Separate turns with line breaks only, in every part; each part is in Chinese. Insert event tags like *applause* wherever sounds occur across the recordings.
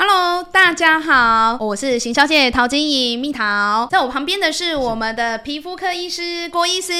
Hello，大家好，我是行销界陶晶莹蜜桃，在我旁边的是我们的皮肤科医师郭医师。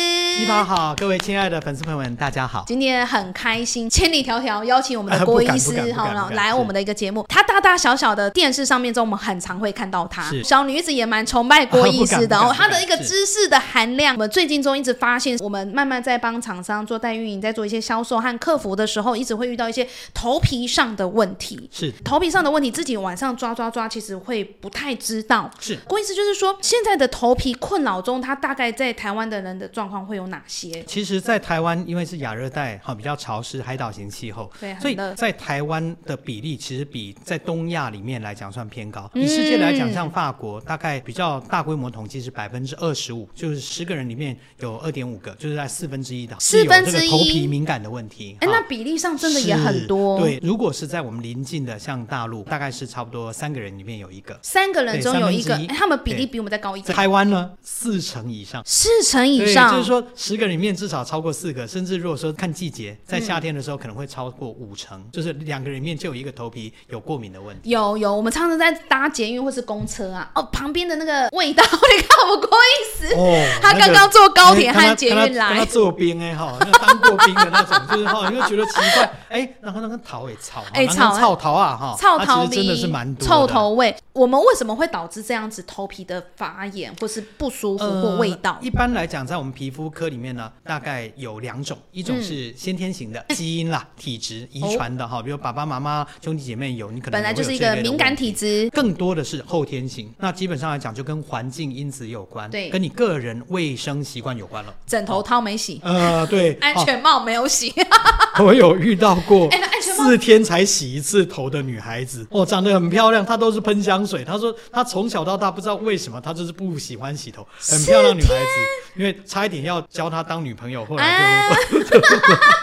一方好，各位亲爱的粉丝朋友们，大家好。
今天很开心，千里迢迢邀请我们的
呃
郭
不敢
医
不敢
师，
不
好
敢
了
不，敢
来
是
我们的一个节目。他大大小小的电视上面中，我们很常会看到他。
是
小女子也蛮崇拜郭医
*laughs* 不敢
师的
不敢
哦，
不
他
敢
的一个
是
知识的含量，我们最近中一直发现，我们慢慢在帮厂商做代运营，在做一些销售和客服的时候，一直会遇到一些头皮上的问题。
是
头皮上的问题，自己晚上抓抓抓，其实会不太知道。
是，
郭医师就是说，现在的头皮困扰中，他大概在台湾的人的状况会有哪些？
其实，在台湾因为是亚热带，哈，比较潮湿，海岛型气候，
对，
所
很
以
热。
在台湾的比例其实比在东亚里面来讲算偏高。
嗯
以世界来讲，像法国大概比较大规模统计是百分之二十五，就是十个人里面有二点五个，就是在四分之一的是有这个
1/4
头皮敏感的问题。
哎、
哈
那比例上真的也
是
很多。，
对，如果是在我们邻近的，像大陆，大概是差不多三个人里面有一个。
三个人中有一个，
对三分之一
哎他们比例比我们再高一
在
点，
台湾呢，四成以上。
四成以
对，
上。
就是说十个里面至少超过四个，甚至如果说看季节，在夏天的时候可能会超过五成，就是两个人里面就有一个头皮有过敏的问题。
有有，我们常常在搭捷运或是公车啊，哦，旁边的那个味道，你看我们郭医师，
哦，
他
*laughs* 那
刚
个
刚坐高铁
跟他
和捷
跟他
运来
跟他做兵哎哈，那当过兵的那种，就是哈，你会觉得奇怪，哎，然后那个桃哎草，
哎草哎
草桃啊哈，
*laughs* 臭
它
头
其实真的是
皮
蛮、多
臭
的。
头味，我们为什么会导致这样子头皮的发炎或是不舒服或味道
呃？一般来讲，在我们皮肤科里面呢，大概有两种，一
嗯
种是先天型的、基因啦、体质遗传的哈，比如爸爸妈妈、兄弟姐妹有，你可
哦
能
本来就是一
也会有
个
这类的
敏感
问题。
体质，
更多的是后天型，那基本上来讲就跟环境因子有关，
对
跟你个人卫生习惯有关了。
枕头套没洗，
呃，对，
安全帽没有
*laughs*
洗，
哦我有遇到过
哎那安全帽
四天才洗一次头的女孩子，哦，长得很漂亮，她都是喷香水。她说她从小到大不知道为什么她就是不喜欢洗头，很漂亮女孩子，因为差一点要教她当女朋友，后来就
啊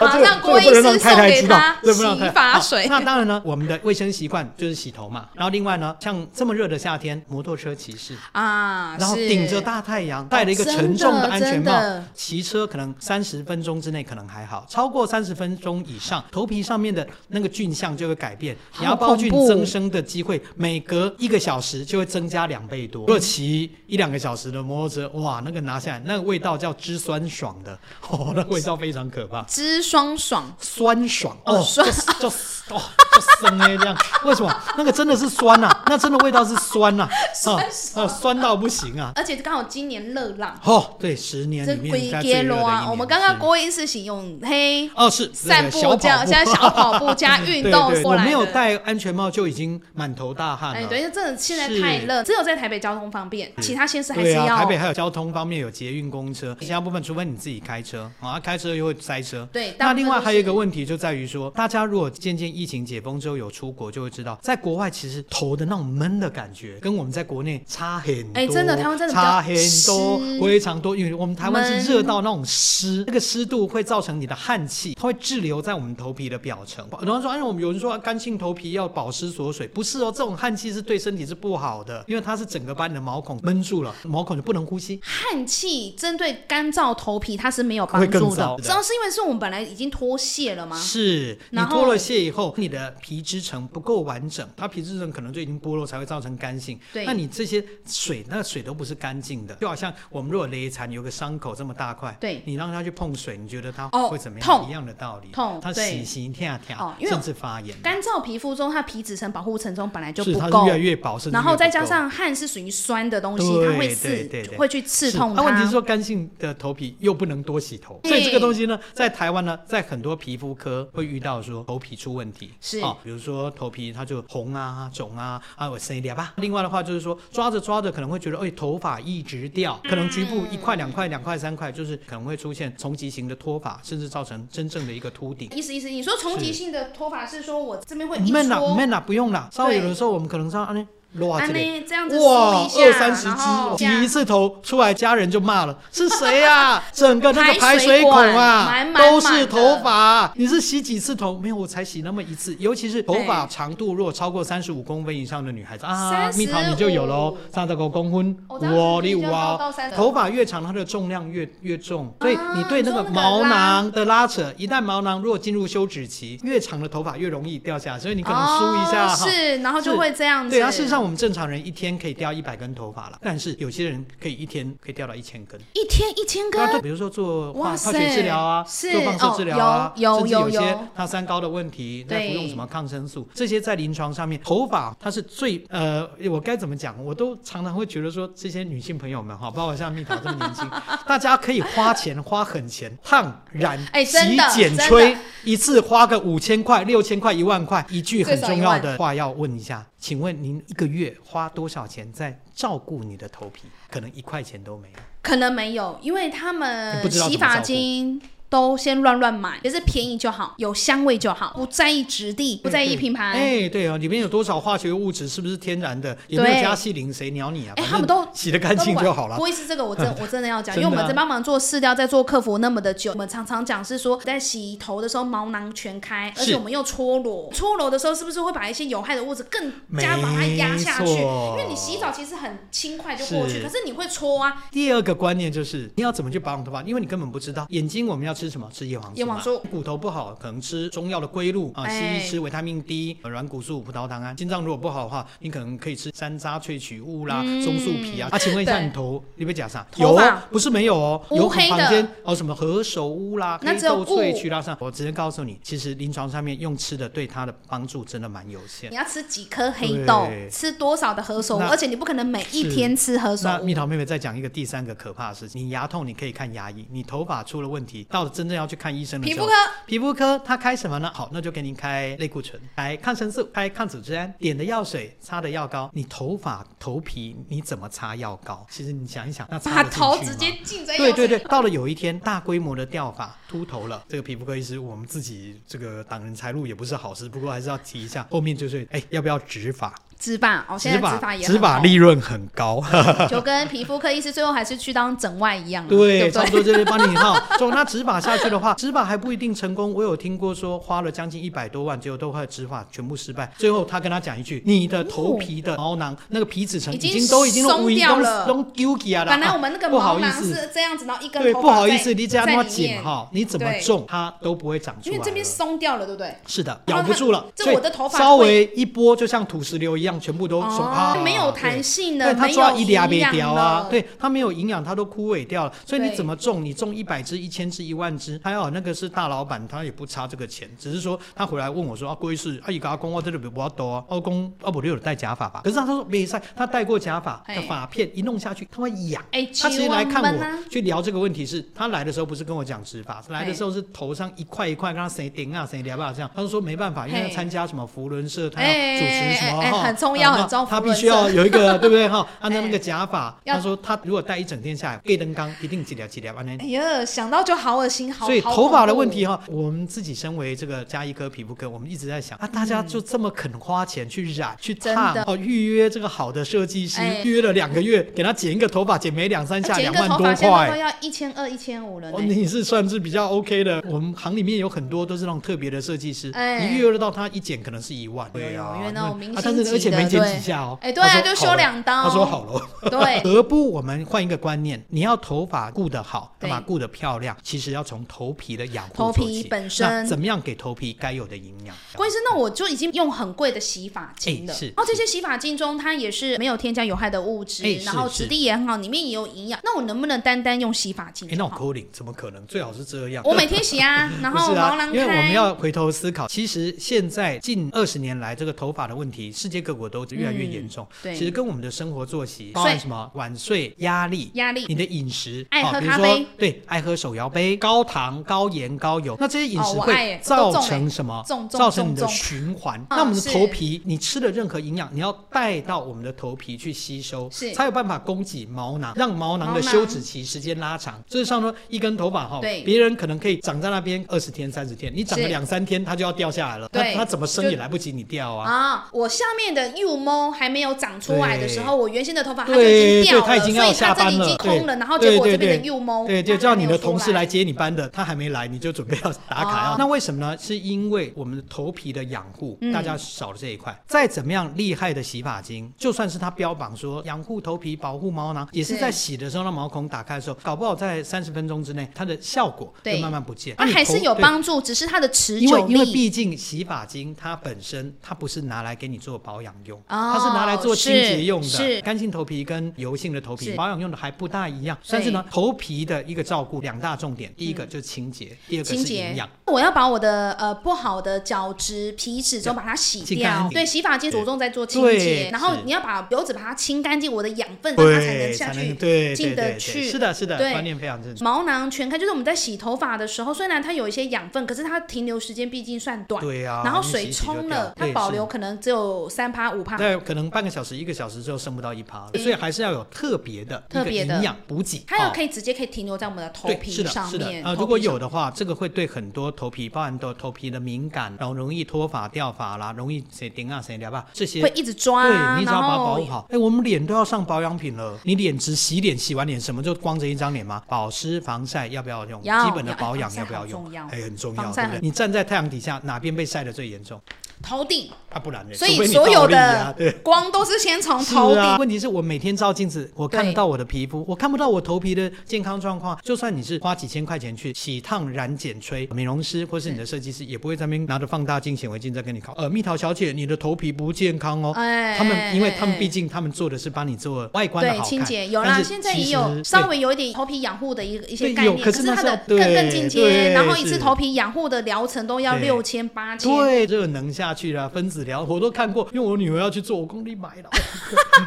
*laughs*
马上
这个
郭
这个不能
医师
让太太
送给
知道
她
这不能让太
洗发
好
水
那当然呢，我们的卫生习惯就是洗头嘛。然后另外呢，像这么热的夏天，摩托车骑士。
啊，
然后
是哦
顶着大太阳，戴了一个沉重的安全
真
帽
的真的，
骑车可能三十分钟之内可能还好，超过三十分钟以上，头皮上面的那个菌相就会改变，
好
芽孢菌
恐怖
增生的机会每隔一个小时就会增加两倍多。如果骑一两个小时的摩托车，哇，那个拿下来，那个味道叫汁酸爽的， *laughs* 哦，那味道非常可怕。
知双爽。
酸爽
哦
哦，
酸
就就哦就生哎这样，为什么那个真的是酸呐、那真的味道是酸
*laughs*
呐、啊，哦哦酸到不行啊，
而且刚好今年热浪，
哦，对，十年
这
里面
鬼
在最
街
热的
罗
一
啊！
年
我们刚刚
是
郭医师使用嘿
哦是
散
这个小
步
跑
加
步
加小跑步加运
*laughs* 对
动
对，
过
我
来
没有
的。
戴安全帽就已经满头大汗
哎，
了。
对，因为真的现在
是
太热，只有在台北交通方便，其他县市还是
对啊，
要
台北还有交通方面有捷运、公车，其他部分除非你自己开车啊，开车又会塞车。
对大
那
部分
另外
都
还有一个
是
问题就在于说，大家如果渐渐疫情解封之后有出国，就会知道，在国外其实头的那种闷的感觉，跟我们在国内差很多。
哎真的台湾真的比较
差很多
湿，
非常多，因为我们台湾
闷
是热到那种湿，那个湿度会造成你的汗气，它会滞留在我们头皮的表层。然后说，哎，我们有人说干性头皮要保湿锁水，不是哦，这种汗气是对身体是不好的，因为它是整个把你的毛孔闷住了，毛孔就不能呼吸。
汗气针对干燥头皮，它是没有帮
会更
助的
糟。的
主要是因为是我们本来已经脱屑了吗？
是你
然后
脱了屑以后，你的皮脂层不够完整，它皮脂层可能就已经剥落，才会造成干性。
对
那你这些水，那水都不是干净的，就好像我们如果勒残有个伤口这么大块，
对
你让它去碰水，你觉得它
哦
会怎么样？
痛
一样的道理，
痛
它
对
洗洗跳跳，
哦因为
甚至发炎，
干燥皮肤中，它皮脂层保护层中本来就是不
它是
够
越，来越薄，甚至
然后
越
再
不
加
够
上汗是属于酸的东西，
对
它会
对
刺
对对，
会去刺痛
是
它。
那问题是说干性的头皮又不能多洗头，所以这个东西呢，在台湾呢，在很多皮肤科会遇到说头皮出问题，
是
哦，比如说头皮它就红啊、肿啊、啊我生一点吧。另外的话就是说抓着抓着可能会觉得哎头发一直掉，可能局部一块两块两块三块，就是可能会出现冲击型的脱发，甚至造成真正的一个秃顶。
意思意思，你说冲击性的脱发是说啊我这边会一
闷啦
搓，
闷啊啦，不用啦，稍微
对
有的时候我们可能像安尼落
啊
这里。
呢这样子梳
哇，
一下，啊
二三十
然后
只挤一次头出来，家人就骂了：“是
*laughs*
谁啊？整个那个排水孔啊，
排水管满满满
都是头发、啊你是洗几次头？没有，我才洗那么一次。尤其是头发长度如果超过三十五公分以上的女孩子啊，
35
蜜桃你就有喽，三十五公分，
哦这样子
五
就
你五
要
啊
到30，
头发越长，它的重量越越重，所以
啊
你对那个
你说那个
毛
拉
囊的拉扯，一旦毛囊如果进入休止期，越长的头发越容易掉下来，所以你可能梳一下
哦
哈。
是，然后就是会这样子。
对啊，事实上我们正常人一天可以掉一百根头发了，但是有些人可以一天可以掉到一千根。
一天一千根
那，对，比如说做
哇
化化
塞
学治疗啊，
是
做放射治疗啊，
哦有有
甚至有
有
些
有
他三高的问题，在
对
服用什么抗生素，这些在临床上面，头发它是最呃，我该怎么讲？我都常常会觉得说，这些女性朋友们哈，包括像蜜桃这么
*laughs*
年轻，大家可以花钱花狠钱烫染、
哎真
洗
的
剪
真
吹
的，
一次花个五千块、六千块、一万块。一句很
最少
重
一
要
万
的话要问一下，请问您一个月花多少钱在照顾你的头皮？可能一块钱都没有。
可能没有，因为他们
不知道怎么
洗发
照顾
精。都先乱乱买，也是便宜就好，有香味就好，不在意质地，不在意品牌。
哎，对哦，里面有多少化学物质，是不是天然的？有没
对
有加细磷？谁鸟你啊？
哎
反
他们
正
都
洗得干
都不
净
管
就好了
不。好意思，这个我
*laughs*
真我真的要讲，
真
因为
的啊
我们在帮忙做试调，在做客服那么的久，我们常常讲是说，在洗头的时候毛囊全开，而且
是
我们又搓揉，搓揉的时候是不是会把一些有害的物质更加把它压下去？
没
因
错
为你洗澡其实很轻快就过去，
是
可是你会搓啊，
第二个观念就是你要怎么去保养头发，因为你根本不知道。眼睛我们要吃什么？吃叶黄素嘛。
叶黄素
骨头不好，可能吃中药的龟鹿啊，西
哎
医吃维他命 D、呃软骨素、葡萄糖胺。心脏如果不好的话，你可能可以吃山楂萃取物啦、松树皮啊。啊，请问一下，
嗯对
你头你被假啥？
头
有
发
哦，不是没有哦，
乌
有
黑的
坊间哦什么何首乌啦、
那
黑
只有
豆
雾
萃取啦上。我直接告诉你，其实临床上面用吃的对它的帮助真的蛮有限
你。要吃几颗黑豆，
对
吃多少的何首乌，
那
而且你不可能每一天吃何首
那
乌
蜜。桃妹妹再讲一个第三个可怕的事情：你牙痛，你可以看牙医；你头发出了问题，到了真正要去看医生的
皮
时
肤
候
科，
皮肤科他开什么呢？好，那就给您开类固醇，开抗生素，开抗组织胺，点的药水，擦的药膏。你头发、头皮你怎么擦药膏？其实你想一想，那
把
擦得进
头
去
直
吗
接浸在
对
药
对
水
对，到了有一天大规模的掉发、秃头了，这个皮肤科医师，我们自己这个挡人财路也不是好事，不过还是要提一下，后面就是哎，要不要植发？
植发哦，现在
植发
植发也
植发
很
*laughs* 利润很高，
红就跟皮肤科医师最后还是去当整外一样啊，
对，
不
差
对
不？多就是帮你
*laughs*
哈。总那植发下去的话，植发还不一定成功。我有听过说花了将近一百多万，结果都快植发全部失败。最后他跟他讲一句：“你的头皮的毛囊、那个皮脂层
已
已
经
经都已经
哦松
微
掉
都
了
都丢起来了。”
本来我们那个
啊不好
毛
意
囊
思
是这样子，然后一根
对，
头
不
发
好意
在
思，你这样
在
那么
里
紧
面
哈，你怎么
对
种它都不会长出
因
来。
为这边松掉了，对不对？
是的，
然后
咬不
它
住了，
这
所以
我的头发
稍
会哦
微一拨，就像土石流一样，全部都松啊，
没有
对
弹性
对
的，
它
没
抓
有
一
营
俩别
养
掉啊
了，，
对它没有营养，它都枯萎掉了。所以你
对
怎么种？你种一百只、一千只、一万只，还好那个是大老板，他也不差这个钱，只是说他回来问我说啊，郭医师，阿姨阿公我这里不要多啊，阿公阿伯六有戴假发吧？可是他说没晒，他戴过假发，
嘿
的发片一弄下去，他会痒。
哎，
他其实来看
千万蚊啊
我去聊这个问题是，他来的时候不是跟我讲植发，
哎
来的时候是头上一块一块跟他谁顶啊谁聊啊这样，他就说没办法，因为
嘿
要参加什么福伦社，他要
哎
主持什么
哎哎
哈，
很重要
啊
很重要
他
福
必
伦
须要
社
有一
*laughs*
个对不对哈？按照
哎
那个假发，
要
他说他如果戴一整天下来，盖灯缸一定几条几条安尼
哎。呀，想到就好恶心，好。
所以
好
头
恐
发的
怖
问题哈，我们自己身为这个加医科皮肤科，我们一直在想啊，大家就这么肯花钱去染、去
嗯真
烫
的
哦，预约这个好的设计师
哎，
预约了两个月，给他剪一个头发，剪没两三下，
剪一
两
个
万
头
多
发现在
块
都。要一千二、一千五了
哦，
呢。
你是算是比较 OK 的。我们行里面有很多都是那种特别的设计师，
哎
你预约得到他一剪可能是一万。
有有有因为那种明
啊
星
但是而且没剪几
对。
下哦。
哎，对啊，
他说
就修
好了
两刀。
他说好了。
对，
*laughs* 何不我们换一个观念？你要头发顾得好，
对
头发顾得漂亮，其实要从头皮的养护
头皮
做起
本
那
身
怎么样给头皮该有的营养？
关键是，那我就已经用很贵的洗发精了。
哎是
然后这些洗发精中，它也是没有添加有害的物质，
哎是
然后质地也很好，里面也有营养。那我能不能单单用洗发精
哎、
就
那
好？
我扣零，怎么可能？最好是这样。
我每天洗
*laughs*
啊，然
不
后
是
毛
啊，
囊
因为我们
开。
要回头思考，其实现在近二十年来，这个头发的问题，世界各国都越来越严重。
嗯对
其实跟我们的生活作息，包含什么晚睡、压力、
压力
你的饮食，
爱
哦
喝
比如
咖
说
啡
对，爱喝手摇杯、高糖、高盐、高油，那这些饮
哦
食
我爱耶
会
都
造
中
成
耶
什么？
中中
造成你的
中中
循环。那我们的
啊是
头皮，你吃的任何营养，你要带到我们的头皮去吸收，
是
才有办法供给毛囊，让毛囊
毛
的
囊
休止期时间拉长。就是像说一根头发哈，
对
别人可能可以长在那边二十天、三十天，你长个
是
两三天，它就要掉下来了。
对
它它怎么生
就
也来不及你掉啊。
啊！我下面的幼猫还没有长出来的时候，我原先的头发它就已
对
经掉
对，
了，
它已经要
所以它
下
这
班
里已
了，
经
对
空了。然后结果
对
这
对
边的
对
幼猫，
对，就
它还
叫
没
你
有
的
出
同事
来
来接你班的，他还没来，你就准备要打卡
哦
要。那为什么呢？是因为我们头皮的养护，
嗯
大家少了这一块。再怎么样厉害的洗发精，就算是它标榜说养护头皮、保护毛囊，也是
对
在洗的时候让毛孔打开的时候，搞不好在三十分钟之内，它的效果就
对
慢慢不见。
它
那你
还是
头
有
对
帮助，只是它的持
因为
久
因为
力。
毕竟洗发精它本身它不是拿来给你做保养用，
哦
它是拿来做清洁用的。
是是
干性头皮跟油性的头皮
是
保养用的还不大一样，但是呢，头皮的一个照顾两大重点，第一个
嗯
就是清洁，第二个
清
是
洁
营养。，
我要把我的呃不好的角质、皮脂都把它洗
清
掉
干。净
对，洗发精着重在做清
对
洁，
是
然后你要把油脂把它清干净，我的养分让它才能下
才能
去。
对
进
对
得
对对，
去
是的，是的
对，
观念非常正确。
毛囊全开，就是我们在洗头发的时候，虽然它有一些养分，可是它停留时间毕竟算短。
对啊，
然后
你
水
洗一洗就
冲
掉
了，它
对
保
是
留可能只有三趴五趴。
那可能半个小时、一个小时之后剩不到一趴了，所以还是要有特别的一
特
个
别的
营养补给。
它
哦
有可以直接可以停留在我们的头
对，
皮
是的，
上
是的
面。
啊、
头
如果
皮上
有的话，这个会对很多头皮，包含都头皮的敏感，然后容易脱发、掉发啦，容易谁顶啊谁掉吧，这些
会。一直抓
对
啊，，
你只要
然
把它保
后
护好。哎、我们脸都要上保养品了，你脸只洗脸，洗完脸什么就光着一张脸吗？保湿、防晒要不要用？
要
基本的
要哎
保养
防晒
要不要
好
用
重？要
哎、很重
防
要，
晒
对不对？
很
你站在太阳底下，哪边被晒得最严重？
头顶，
啊，不然呢？
所
除
以
非你
所有
倒立啊
的
对。
光都是先从
是
头顶
啊，问题是我每天照镜子，我看
对
不到我的皮肤，我看不到我头皮的健康状况。就算你是花几千块钱去洗烫、染、剪、吹，美容师或是你的设计师也不会在那边拿着放大镜、显微镜在跟你考。呃，蜜桃小姐，你的头皮不健康哦。
哎
他们因为他们毕
竟。
竟他们做的是帮你做外观的好
对
看，
清洁有
但
啦，
是
现在
其
也
实
有
对
稍微有一点头皮养护的一个一些
对
概
有
念，
可
是
是那
它
时
的
候
更
对
更进阶，
对
然后一
是
次头皮养护的疗程都要
对
六千八千，
对热能下去了，分子疗我都看过，因为我女儿要去做，我工地买
*laughs*
了。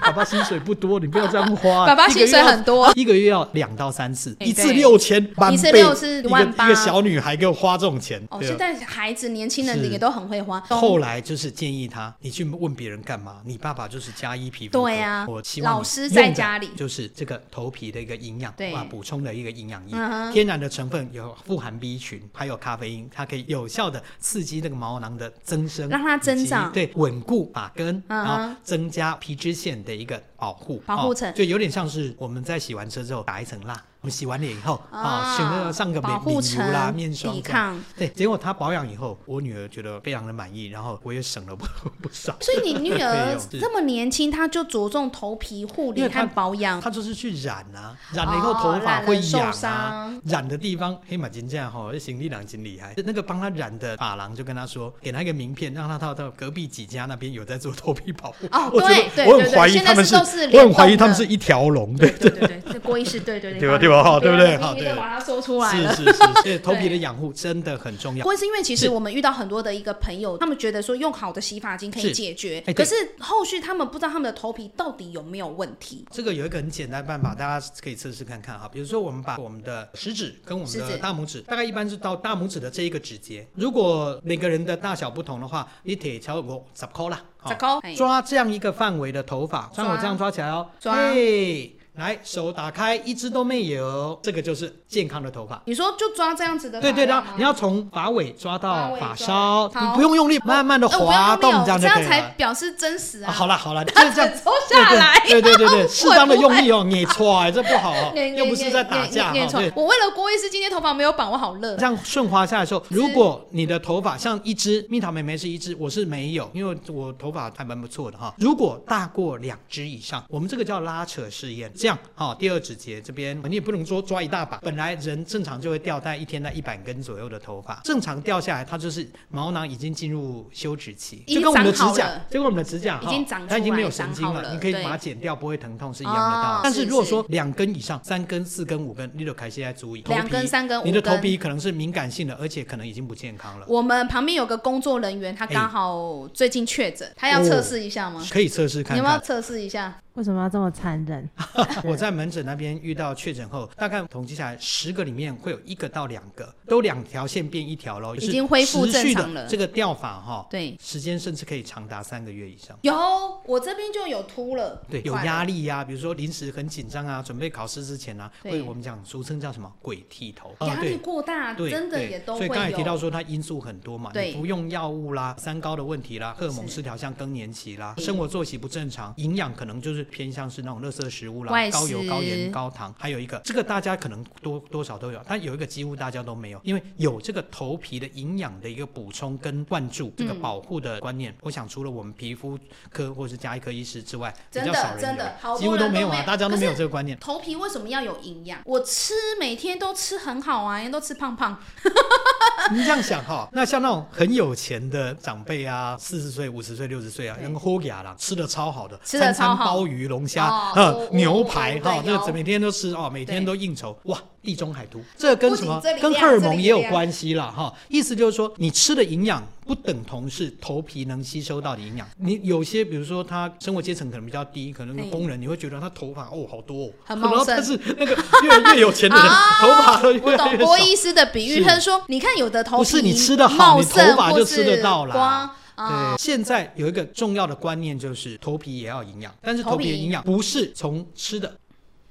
爸爸薪水不多，你不要这样花。
爸爸薪水很多
一个月要，一个月要两到三次，
哎
一次
对
六千，翻
一次
倍
六是
一个
万八
一个小女孩给我花这种钱，
哦，
对啊
现在孩子年轻人
是
也都很会花。
后来就是建议他，你去问别人干嘛？你爸爸就是加一皮肤科。
对啊
我希望你
老师在
用的
家里
就是这个头皮的一个营养
对
哇，补充的一个营养液
嗯，哼
天然的成分有富含 B 群，还有咖啡因，它可以有效的刺激那个毛囊的增生，
让它增长
以及对，稳固发根，
嗯
然
哼
后增加皮脂腺的一个保护
保护层
哦就有点像是我们在洗完车之后打一层蜡。我们洗完脸以后
啊
啊，选择上个
保
美
护
美油啦、
层
面霜
抵
这样
抗
对，结果她保养以后，我女儿觉得非常的满意，然后我也省了不不少。
所以
*laughs*
你女
没
儿
有是
这么年轻，她就着重头皮护
因
理
为她
和保养，
她就是去染啊，染了以后
哦
头发
染了
会
受
痒啊
伤，
染的地方黑马金这样吼，行李郎真厉害。那个帮她染的发廊就跟她说，给她一个名片，让她到到隔壁几家那边有在做头皮保护。
哦
我觉
对对
得我
对
很
对
怀疑
现在
他们
是都是
我
联
很怀疑
动
他们
的
是一条龙，对。
对对对，这郭医师，对对对，
*laughs* 对吧
你
对吧哈
放心
对不对
你
好
必须得
对
把它说出来
是
了。
是是，所以头皮的
对
养护真的很重要。
关键是因为其实
是
我们遇到很多的一个朋友，他们觉得说用好的洗发精可以
是
解决，
哎
可
对
是后续他们不知道他们的头皮到底有没有问题。
这个有一个很简单的办法，大家可以测试看看哈。比如说，我们把我们的食指跟我们
食指
的大拇指，大概一般是到大拇指的这一个指节。如果每个人的大小不同的话，你腿超过十颗啦，
咋搞？哎
抓这样一个范围的头发，像我这样抓起来哦，
抓
嘿来，手打开，一只都没有，这个就是健康的头发。
你说就抓这样子的发哎
对
量吗，
对的，你要从发尾抓
发
到发
尾
梢，
抓好
你不用用力，慢慢的
呃我不要
滑动
用力哦
这样就
这
可
样
以
才
了。
表示真实啊。 *laughs*
啊好啦好啦，就是这样。
抽下来。
对对对对对，适当的
不
用
会
力哦，捏踹这不好哦
念，
又不是在打
念
架
念
哈。
错
对，
我为了郭医师今天头发没有绑，我好热
这。样顺滑下来的时候，如果你的头发像一只蜜桃妹妹是一只，我是没有，因为我头发还蛮不错的哈。如果大过两只以上，我们这个叫拉扯试验。这样哈、第二指节这边你也不能说抓一大把，本来人正常就会掉带一天带一百根左右的头发，正常掉下来它就是毛囊已经进入休止期，
已
就
经
跟我们的指
长好
甲
了，
就跟我们的指甲
已
哈
经长
它已经
出来
没有神经
长好了
你可以
对
把它剪掉，不会疼痛是一样的道理。
哦
但是
是
如果
是
说两根以上，三根、四根、五根，你就开始在注意头
两根
皮
三根
你的
五根
头皮可能是敏感性的，而且可能已经不健康了。
我们旁边有个工作人员，他刚好最近确诊，他要测试一下吗？
可以测试
你
哎哦看
有没有
看。
测试一下？
为什么要这么残忍？
我在门诊那边遇到确诊后，大概统计下来，十个里面会有一个到两个都两条线变一条喽，
已
就是
经恢复
持
正
续
常
的
了
这个掉法哈，
对，
时间甚至可以长达三个月以上。
有，我这边就有秃了。
对，有
快了
压力呀、比如说临时很紧张啊，准备考试之前啊，
对
会我们讲俗称叫什么“鬼剃头”啊，
压力
对。
过大，
对，
真的
对
也都
所
会
以刚才提到
有。
说，它因素很多嘛，
对
你服用药物啦、三高的问题啦、荷尔蒙
是
失调，像更年期啦，
嗯
生活作息不正常，营养可能就是偏向是那种垃圾食物
外
啦、高油
食、
高盐、高糖。还有一个，这个大家可能多多少都有，但有一个几乎大家都没有，因为有这个头皮的营养的一个补充跟灌注，这个
嗯
保护的观念，我想除了我们皮肤科或是加医科医师之外，比
真
较
的
少人
真
有
的好，
几
多
乎都
人
没有
没
啊，大家都没有这个观念。
头皮为什么要有营养？我吃每天都吃很好啊，人都吃胖
*laughs*
胖，
你这样想哈、那像那种很有钱的长辈啊，四十岁、五十岁、六十岁啊，
对
能豁牙啦，吃的超好的，
吃得超好
餐餐鲍鱼、龙虾、
哦我
呃
我
牛排
我
哈
我，对
那
有
个每天都吃哦，每天
对
都应酬哇。地中海图，这跟什么
不仅这里？
跟
量
荷尔
这里
蒙也有
量
关系啦，哈。意思就是说，你吃的营养不等同是头皮能吸收到的营养。你有些，比如说他生活阶层可能比较低，可能
对
工人，你会觉得他头发哦好多、哦，
很
*laughs* 然
茂
后
盛
但是那个越来越有钱的人，
*laughs* 啊
头发都
我
越来
懂
越
郭
少。
医师的比喻，
是
他说：“你看有的头皮
不是你吃得好
茂盛
你头发
或
就是吃得到啦
光啊，
对，现在有一个重要的观念就是头皮也要营养，但是
头
头
皮
皮的营养不是从吃的。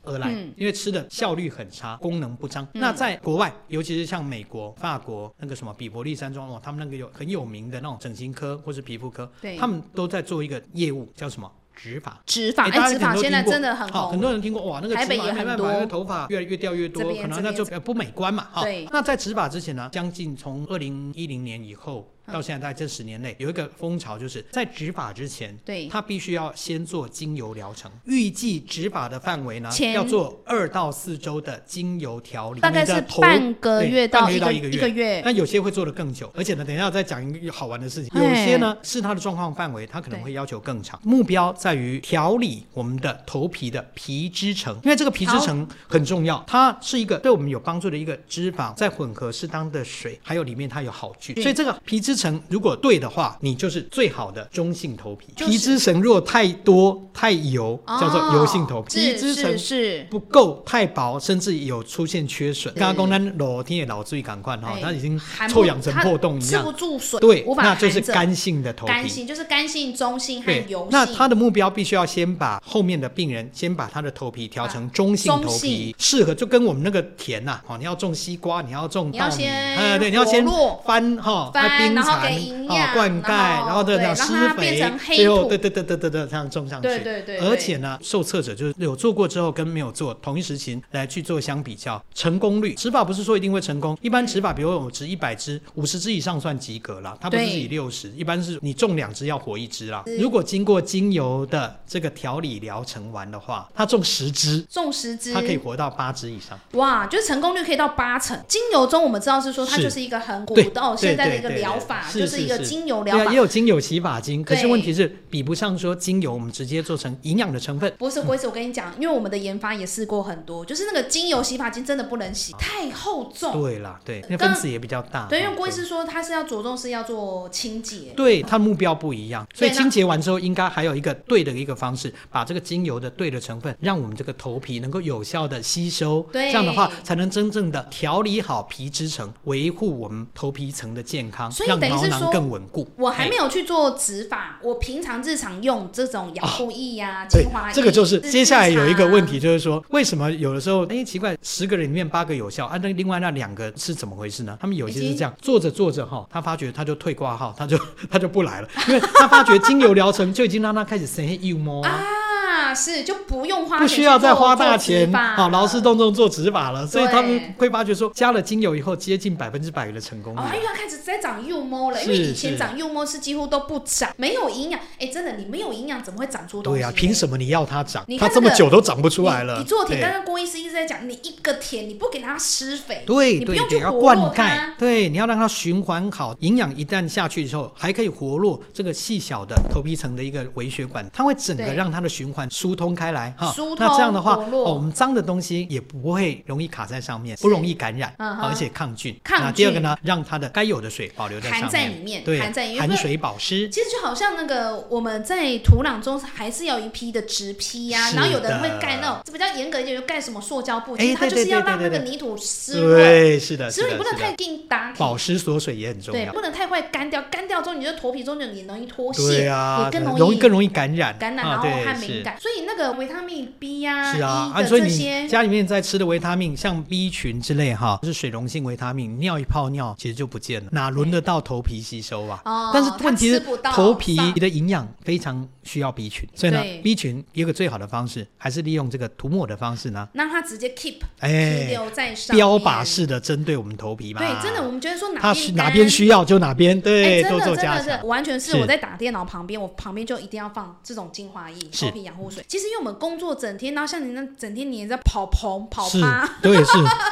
而来
嗯，
因为吃的效率很差，功能不彰。
嗯
那在国外，尤其是像美国、法国那个什么比伯利山庄哦，他们那个有很有名的那种整形科或是皮肤科
对，
他们都在做一个业务，叫什么植发。
植发，
哎大
哎，植
家可能
发
都
现在
听过
真的很
好，很
红，
多人听过哇，那个
台北
植发
也
没
很
办
多
法，因为头发越来越掉越多
这，边
可能
这
那
边
就呃不美观嘛。哈
对，
那在植发之前呢，将近从二零一零年以后到现在，大概这十年内有一个风潮，就是在植发之前，
对
他必须要先做精油疗程。预计植发的范围呢
前，
要做二到四周的精油调理，
大概
你的
是
头
半个月
对半
到
个
一
月
个
一个
一个月。
那有些会做的更久，而且呢，等一下我再讲一个好玩的事情。
嘿
有些呢是它的状况范围，它可能会要求更长。目标在于调理我们的头皮的皮脂层，因为这个皮脂层很重要，它是一个对我们有帮助的一个脂肪，在混合适当的水，还有里面它有好菌，
嗯
所以这个皮脂层如果对的话，你就是最好的中性头皮。
就是
皮脂层如果太多太油，
哦
叫做油性头皮。
是
皮脂
是
层
是，
不够太薄，甚至有出现缺损。
是
刚刚咱老天也老注意赶快哈
哎，
它已经
含不
臭氧层破洞一
它吃不
样。
住水，
对
无，法
那就
含
是
着
干性的头
干
皮。
性，就是干性、中性和
对
油性。，
那他的目标必须要先把后面的病人先把他的头皮调成中性
啊中
头
性
皮，适合就跟我们那个田呐，哦，你要种西瓜，你要种
你要
稻米，
先
呃，对，你要先
活络
翻哈，
翻
啊冰
然后
蚕
给营
哦
养
灌溉，
然后
然后对
对
这样
让
施
它变
肥
成，黑
最后
土
对对对对对对这样种上去。
对对对，
而
对
且呢，受测者就是有做过之后跟没有做同一时期来去做相比较，成功率植发不是说一定会成功，一般植发比如我植一百支，五十支以上算及格啦，它不是
对
以六十，一般是你种两支要活一支啦
是。
如果经过精油的这个调理疗程完的话，它种十支，
种十支，
它可以活到八支以上。
哇，就是成功率可以到八成。精油中我们知道是说它
是
就是一个很古
对
到
对
现在的
对
一个
对
疗
对
法，
是
就是
是
一个
是
精油疗
对啊，
法
也，有精油洗发精，可是
对
问题是比不上说精油我们直接做成营养的成分。
不是，不是，我跟你讲，因为我们的研发也试过很多，就是那个精油洗发精真的不能洗，太厚重。
啊对啦，对，那
刚
分子也比较大。
呃对，因
哦
为郭医师说他是要着重是要做清洁，
对，它目标不一样，所
对
以清洁完之后，应该还有一个对的一个方式，把这个精油的对的成分，让我们这个头皮能够有效的吸收。
对
这样的话才能真正的调理好皮脂层，维护我们头皮层的健康，
所以
让
等等于
毛
是
囊
说
更稳固。
我还
哎
没有去做植发，我平常日常用这种养护液呀、
啊对
精华液，
这个就是
自制
接下来有一个问
茶
题，就是说为什么有的时候，哎，奇怪，十个人里面八个有效，啊，那另外那两个是怎么回事呢？他们有些
已
是
经
这样做着做着哈，他发觉他就退挂号，他就他就不来了，因为他发觉精油疗程就已经让他开始神黑一摸啊。
啊，是就不用花钱
哦不需要再花大
去做做植
钱
发
啊，劳师动众做植发了，所以他们
对
会发觉说，加了精油以后接近百分之百的成功率
哦，。因为它开始在长幼猫了，因为
啊是
以前
是
长幼猫是几乎都不长，没有营养。哎，真的，你没有营养怎么会长出东西
对
呢？
呀、凭什么你要它长
你？看
它
这
这么
个
久都长不出来了。
你你做田，
对
刚刚郭医师一直在讲，你一个田你不给它施肥，
对
你不
对
用
对，
去
要
活
灌
络
溉
它，
对，你要让它循环好，营养一旦下去之后，还可以活络这个细小的头皮层的一个微血管，它会整个
对
让它的循环疏通开来哈
疏。
那这样的话，
通活络
哦，我们脏的东西也不会容易卡在上面，
是
不容易感染，
嗯
啊
哼
而且抗菌。
抗
那第二个
菌
呢，让它的该有的水保留在
含
上
在
面，
里面，
对，
含在里面。
含
因为
水保湿。
其实就好像那个我们在土壤中还是要有一批的植坯呀、
是
然后有的人会
的
盖那种比较严格一点，就盖什么塑胶布，
哎
其实它
对
就
对
是要
对对
让那个
对对
泥土湿润，
对，是的，
所
是
以你
的，
不能
是
太
的。
硬打底，
保湿锁水也很重
对，
要。
不能太快干掉，干掉之后你的头皮中就你容易脱
对
屑，
啊
也，更容
对容
易
更容易感染，
感染，
啊
然后
对
汗
是
敏感。所以那个维他命 B 呀、
是啊，
E
啊，
的
所以
这
你
些。
家里面在吃的维他命，像 B 群之类哈，就是水溶性维他命，尿一泡尿其实就不见了，哪轮得到头皮吸收啊？
哦
但是问题是
它吃不到
头皮
上
的营养非常需要 B 群，所以呢
对
，B 群有一个最好的方式，还是利用这个涂抹的方式呢，
让它直接 keep
哎
停留在上面，
标靶式的针对我们头皮嘛。
对，真的，我们觉得说
它
哪
需
边
哪
干
边需要就哪边，
哎，
对，
真
多
的
做
真
加
的
强
是，。完全是
是
我在打电脑旁边，我旁边就一定要放这种精华液、
是
头皮养护水。其实因为我们工作整天，然后像你那整天你也在跑棚、跑
是
趴，，哎
对，
*laughs*
是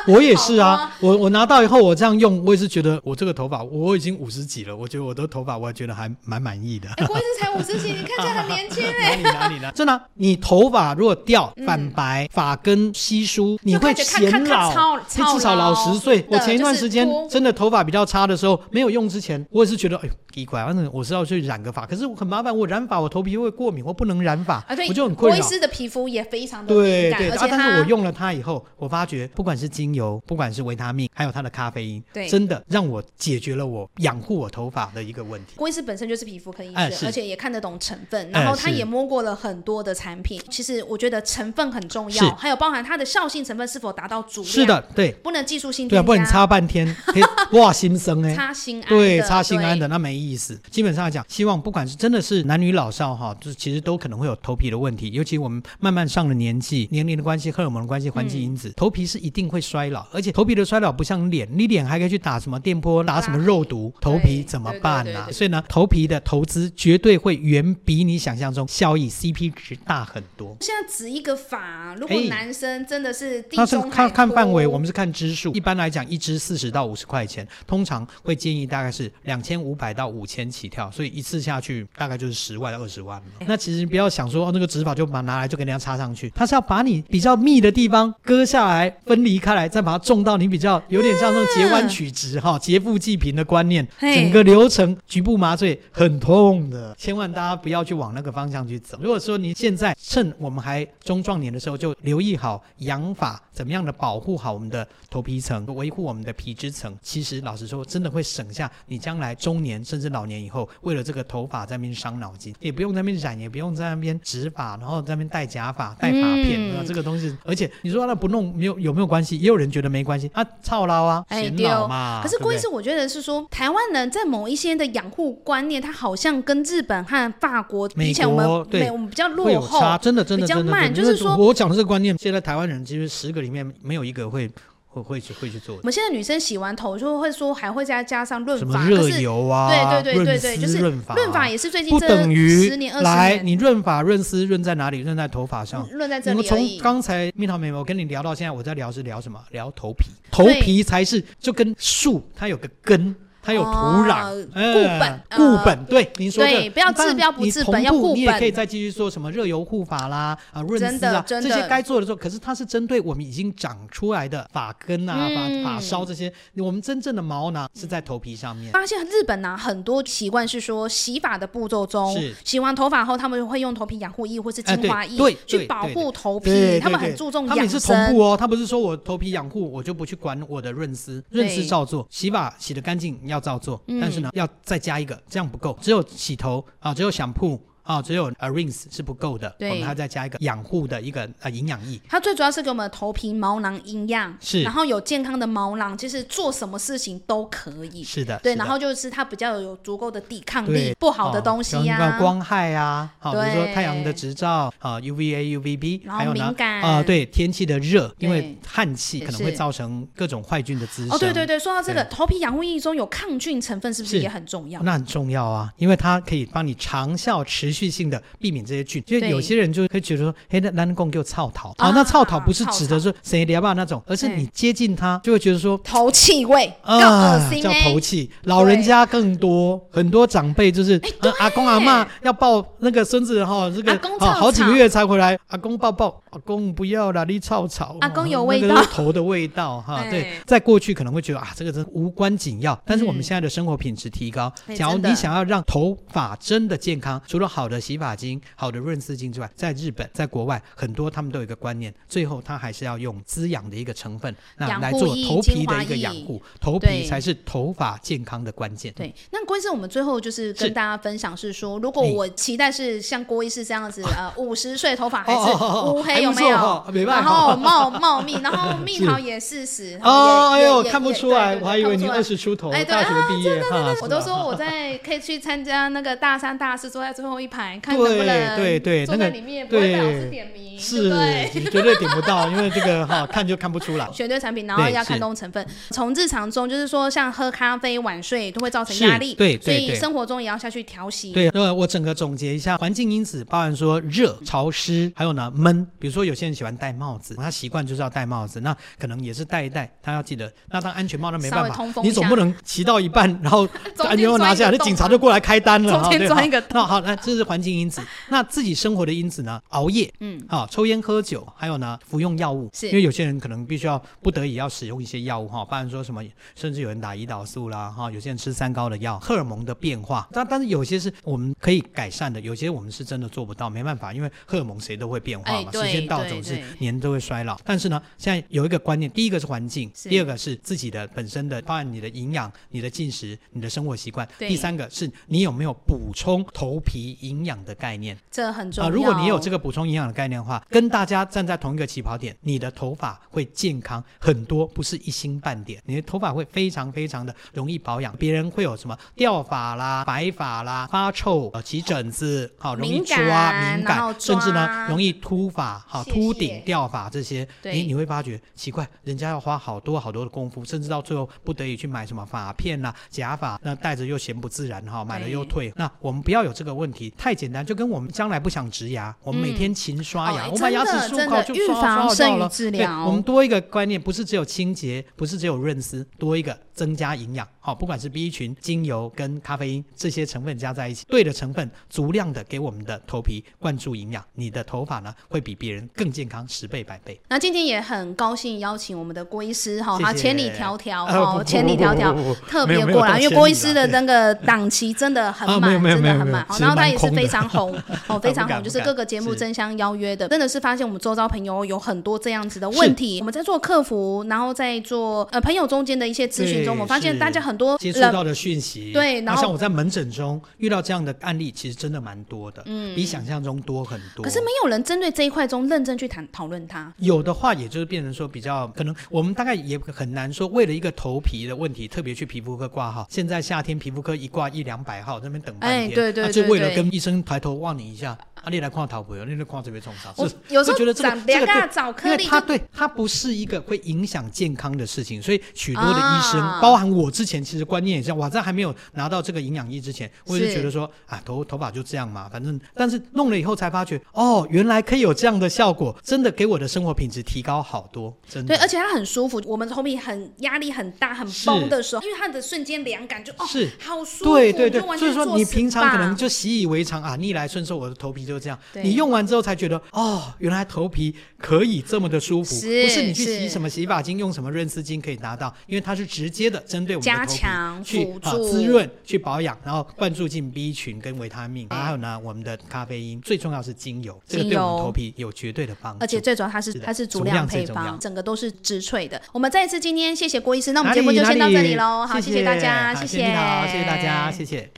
我也是
好
啊。我我拿到以后，我这样用，我也是觉得我这个头发，我已经五十几了，我觉得我的头发，我还觉得还蛮满意的。
哎，郭医师才五十几，你看起来很年轻
*laughs*
哎。
哪里哪里呢？真的啊、你头发如果掉、
嗯
反白、发根稀疏，你会
就
显老，
看起来看看看超
至少老
超老
十岁。我前一段时间
就是秃
真的头发比较差的时候，没有用之前，我也是觉得，哎呦，奇怪，反正我是要去染个发，可是我很麻烦，我染发我头皮会过敏，我不能染发，
啊，对，
我就很
郭
困扰
医。师的皮肤也非常的
对
敏感，
对，
而
啊
且，
但是我
他
用了它以后，我发觉不管是精油，不管是维他命，还有它的咖啡因，
对
真的让我解决了我养护我头发的一个问题。
郭医师本身就是皮肤科医
哎
师，
是
而且也看得懂成分，
哎
然后他
是
也摸过了很多的产品。其实我觉得成分很重
是
要，还有包含它的效性成分是否达到足量，
是，的，对
不能技术性
对啊，
添
不然你
加，
擦半天，
*laughs*
嘿哇，心生哎、
擦心安的，
对，擦心安
对
的那没意思。基本上来讲，希望不管是真的是男女老少哈，就是其实都可能会有头皮的问题，尤其我们慢慢上了年纪，年龄的关系、荷尔蒙的关系、环
嗯
境因子，头皮是一定会衰老，而且头皮的衰老不像脸，你脸还可以去打什么电波、打什么肉毒，头皮怎么办
对对
呢、
对对
所以呢，头皮的投资绝对会远比你想象中效益 CP 值大很多。
现在植一个发，如果
哎
男生真的是地
那是
中海
看看
秃
范围，我们是看支数。一般来讲，一支四十到五十块钱，通常会建议大概是两千五百到五千起跳，所以一次下去大概就是十万二十万嘛。
哎
那其实不要想说哦，那个指法就把它拿来就给人家插上去，它是要把你比较密的地方割下来，分离开来，再把它种到你比较有点像那种截弯取直哈、劫富济贫的观念。
嘿
整个流程局部麻醉很痛的，千万大家不要去往那个方向去走。如果说你现在趁我们还中壮年的时候，就留意好养法，怎么样的保护好我们的头皮层，维护我们的皮脂层。其实老实说，真的会省下你将来中年甚至老年以后，为了这个头发在那边伤脑筋，也不用在那边染，也不用在那边植发，然后在那边戴假发、戴发片，
嗯
那这个东西。而且你说那不弄没有有没有关系？也有人觉得没关系啊，操劳啊，
哎
显
对哦
老嘛。
可是
啊对不
郭医
对
师，我觉得是说，台湾人在某一些的养护观念，他好像跟日本和法国
美
比起来，我
国
们
对
美我们比较
会
落
有
后。
差，真的真的
比较
真的
慢
真的
就是说
我讲的这个观念，现在台湾人其实十个里面没有一个会会会去会去做
我
的，
们现在女生洗完头就会说，还会再加上润
什么
发，可
热
是
油啊，
对对对对对，
润
就
丝
是
润发，
润发也是最近
不
这
等于
十年二
来
十年
你润发润丝润在哪里？润在头发上
嗯。论在这
我们
里而
从
已。
刚才蜜桃妹妹，我跟你聊到现在，我在聊是聊什么？聊头皮，头皮才是就跟树，它有个根，它有土壤
哦，
嗯
固本
固
呃
本，对，您说
对
这
不要
当然
治标不
你
治
同
本要
步
固
你也可以
本
再继续做什么热油护发啦，啊，润
真
丝
的
啊，
真
这
的
些该做的做。可是它是针对我们已经长出来的发根啊、
嗯
发发梢这些，我们真正的毛囊是在头皮上面。
发现日本呢、很多习惯是说洗发的步骤中
是，
洗完头发后，他们会用头皮养护液或是
哎
精华
对
液、
对对
去
对
保
对
护头皮，
对对
他们
对
很注重
他们
养
也是同
生
步。哦，他不是说我头皮养护，我就不去管我的润丝，润丝
对
照做，洗发洗得干净，要要照做，
嗯
但是呢，要再加一个，这样不够，只有洗头啊，只有shampoo 啊，只有呃 rinse 是不够的，我
对
们还要再加一个养护的一个呃营养液。
它最主要是给我们头皮毛囊营养，
是
然后有健康的毛囊，其实做什么事情都可以。
是的，
对，
是的
然后就是它比较有足够的抵抗力
对，
不好的东西呀、
哦有那个光害啊，好，比如说
对
太阳的直照啊，UVA、UVB，
然后
还有呢
敏感
啊，对天气的热，因为
对
汗气可能会
是
造成各种坏菌的滋生。
哦，对对对，说到这个，
对
头皮养护液中有抗菌成分，是不是
是
也很重要？
那很重要啊，因为它可以帮你长效、持续性的避免这些菌。就
对
有些人就会觉得说，嘿，那南贡就草桃
啊
啊，那草桃不是
草
指
草
的是谁聊吧那种，而是
对
你接近它就会觉得说。
头气味更恶
啊，
心
叫
欸
头气，老人家更多，很多长辈就是、呃阿公阿嬷要抱那个孙子哈，这个
哎阿公
啊
臭
好几
草
个月才回来，阿公抱抱，阿公不要啦，你草草，
阿公有
哦
味
那个
道
是头的味道
*laughs*
哈。
对
对，在过去可能会觉得啊，这个真无关紧要，但是我们
嗯
现在的生活品质提高，
哎
假如
真的
你想要让头发真的健康，除了好的洗发精、好的润丝巾之外，在日本、在国外很多他们都有一个观念，最后他还是要用滋养的一个成分，那
养
来
护
做
液
头
精
皮的
华
一个养
液
护。头
对
皮才是头发健康的关键。
对，那郭医师，我们最后就是
是
跟大家分享是说，如果
哎
我期待是像郭医师这样子，
*laughs*
呃，五十岁头发还
哦
是
哦哦哦
乌黑，
还
有
不
没
错
有
哦？没办
然
法
后
哦
茂茂
*laughs*
密，然后蜜
是
桃也四十。
哦，哎
也
呦，
也
看不
也
出
对
来，
对
我还
对
以
看
为
不
你
出来
二十出头，
哎对
大学毕业哈，
我都说
我。
我在可以去参加那个大三、大四，坐在最后一排，看能
对
不能
对对
坐
那
在
个
里面不会被老师
对
点名，对
是
不对？，
你绝对顶不到，因为这个哈 *laughs* 看就看不出来。
选对产品，然后
对
要
是
看重成分。从日常中，就是说像喝咖啡、晚睡都会造成压
是
力，
对对
所以
对
生活中也要下去调息。
对，那我整个总结一下，环境因子包含说热、潮湿，还有呢闷。比如说有些人喜欢戴帽子，他习惯就是要戴帽子，那可能也是戴一戴，他要记得。那当安全帽那没
稍微
办法
通，风一
你总不
下
能骑到一半，然后
中
安
间
全帽
钻
啊拿
啊一
下
个
来，那
洞
警察就过来开单了。
中
哈
间
对
钻
好
一个
那好，那这是环境因子。那自己生活的因子呢？熬夜，
嗯，
啊、抽烟、喝酒，还有呢，服用药物，
是
因为有些人可能必须要不得已要使用一些药物哈，包含说什么，甚至有人打胰岛素啦哈，有些人吃三高的药，荷尔蒙的变化，但但是有些是我们可以改善的，有些我们是真的做不到，没办法，因为荷尔蒙谁都会变化嘛，
哎对
时间到
对
总是
对
年都会衰老。但是呢，现在有一个观念，第一个是环境，
是
第二个是自己的本身的，包含你的营养、你的进食、你的生活习惯，
对
第三个是你有没有补充头皮营养的概念。
这很重
啊、
要。
如果你有这
个，
个补充营养的概念的话，跟大家站在同一个起跑点，你的头发会健康很多，不是一星半点。你的头发会非常非常的容易保养，别人会有什么掉发啦、白发啦、发臭、呃起疹子，好、容易
敏
抓
感
敏
然后
感，甚至
抓
呢容易秃发、好、
谢
秃
谢
顶、掉发这些，
对
你你会发觉奇怪，人家要花好多好多的功夫，甚至到最后不得已去买什么发片啦、假发，那戴着又嫌不自然哈、买了又
对
退。那我们不要有这个问题，太简单，就跟我们将来不想植牙，我们每
嗯
天勤刷牙，
哦
我把牙齿
真的
漱口就
真的
刷
预防
刷
胜
到
于
了。
治
对
疗
我们多一个观念，不是只有清洁，不是只有润丝，多一个增加营养。哦好、不管是 B 群、精油跟咖啡因这些成分加在一起，对的成分足量的给我们的头皮灌注营养，你的头发呢会比别人更健康十倍百倍。
那今天也很高兴邀请我们的郭医师哈，
谢
他
谢
千里�迢迢
呃不
哈，
不
哦千里
不
迢
不
迢
不不不
特
没
别
有没有
过
到
来，因为
千
郭
里
医
啦
师的
对
那个档期真的很
啊没有
满，
没有
真
没
的
有
很
没有
满。好
其实
然后他
蛮
也是
空
非
的
常红
*laughs*
哦，非
不
常
敢
红，就
不
是各
敢
个节目
是
争相邀约的，真的是发现我们周遭朋友有很多这样子的问题，我们在做客服，然后在做呃朋友中间的一些咨询中，
对
我发现
是
大家很多
接触
人
到的讯息，
哦对然
那
后
像我在门诊中遇到这样的案例，其实真的蛮多的，嗯，比想象中多很多。
可是没有人针对这一块中认真去谈讨论它。
有的话，也就是变成说比较可能，我们大概也很难说为了一个头皮的问题，特别去皮肤科挂号。现在夏天皮肤科一挂一两百号，在那边等半
哎
天，
对对
啊
对
就为了
对
跟医生抬头望你一下，啊，你来看头皮哦，你来看这边冲啥？
我
是
有时候
就觉得这个
长
这个
两个
对
找
因
颗
为
粒
它
就
对它不是一个会影响健康的事情，所以许多的医生，
啊
包含我之前其实观念也是这样，我在还没有拿到这个营养液之前，我也
是
是觉得说啊头头发就这样嘛，反正但是弄了以后才发觉，哦，原来可以有这样的效果，真的给我的生活品质提高好多，真的。
对，而且它很舒服。我们头皮很压力很大、很绷的时候，因为它的瞬间凉感就哦，
是
好舒服，
对对
就
对，
完
所
全
以说
做
你
SPA
平常可能就习以为常啊，逆来顺受，我的头皮就就这样，
对
你用完之后才觉得哦，原来头皮可以这么的舒服，
是
不是你去
是
洗什么洗发精、用什么润丝巾可以达到，因为它是直接的针对我
加
们的头皮
强
去
辅
啊、
助
滋润、去保养，然后灌注进 B 群跟维他命，还有呢我们的咖啡因，最重要是精油，这个
精
对我
油
们头皮有绝对的帮助。
而且最主要它是
是的
它是足
足
量
量最
配
重
方，
要
整个都是植萃的。我们再一次今天谢谢郭医师，那我们
哪
节目
里
就
哪
先到这里
里
喽。好，谢
谢
谢大家，
好
谢
谢蜜桃谢谢大家，谢谢。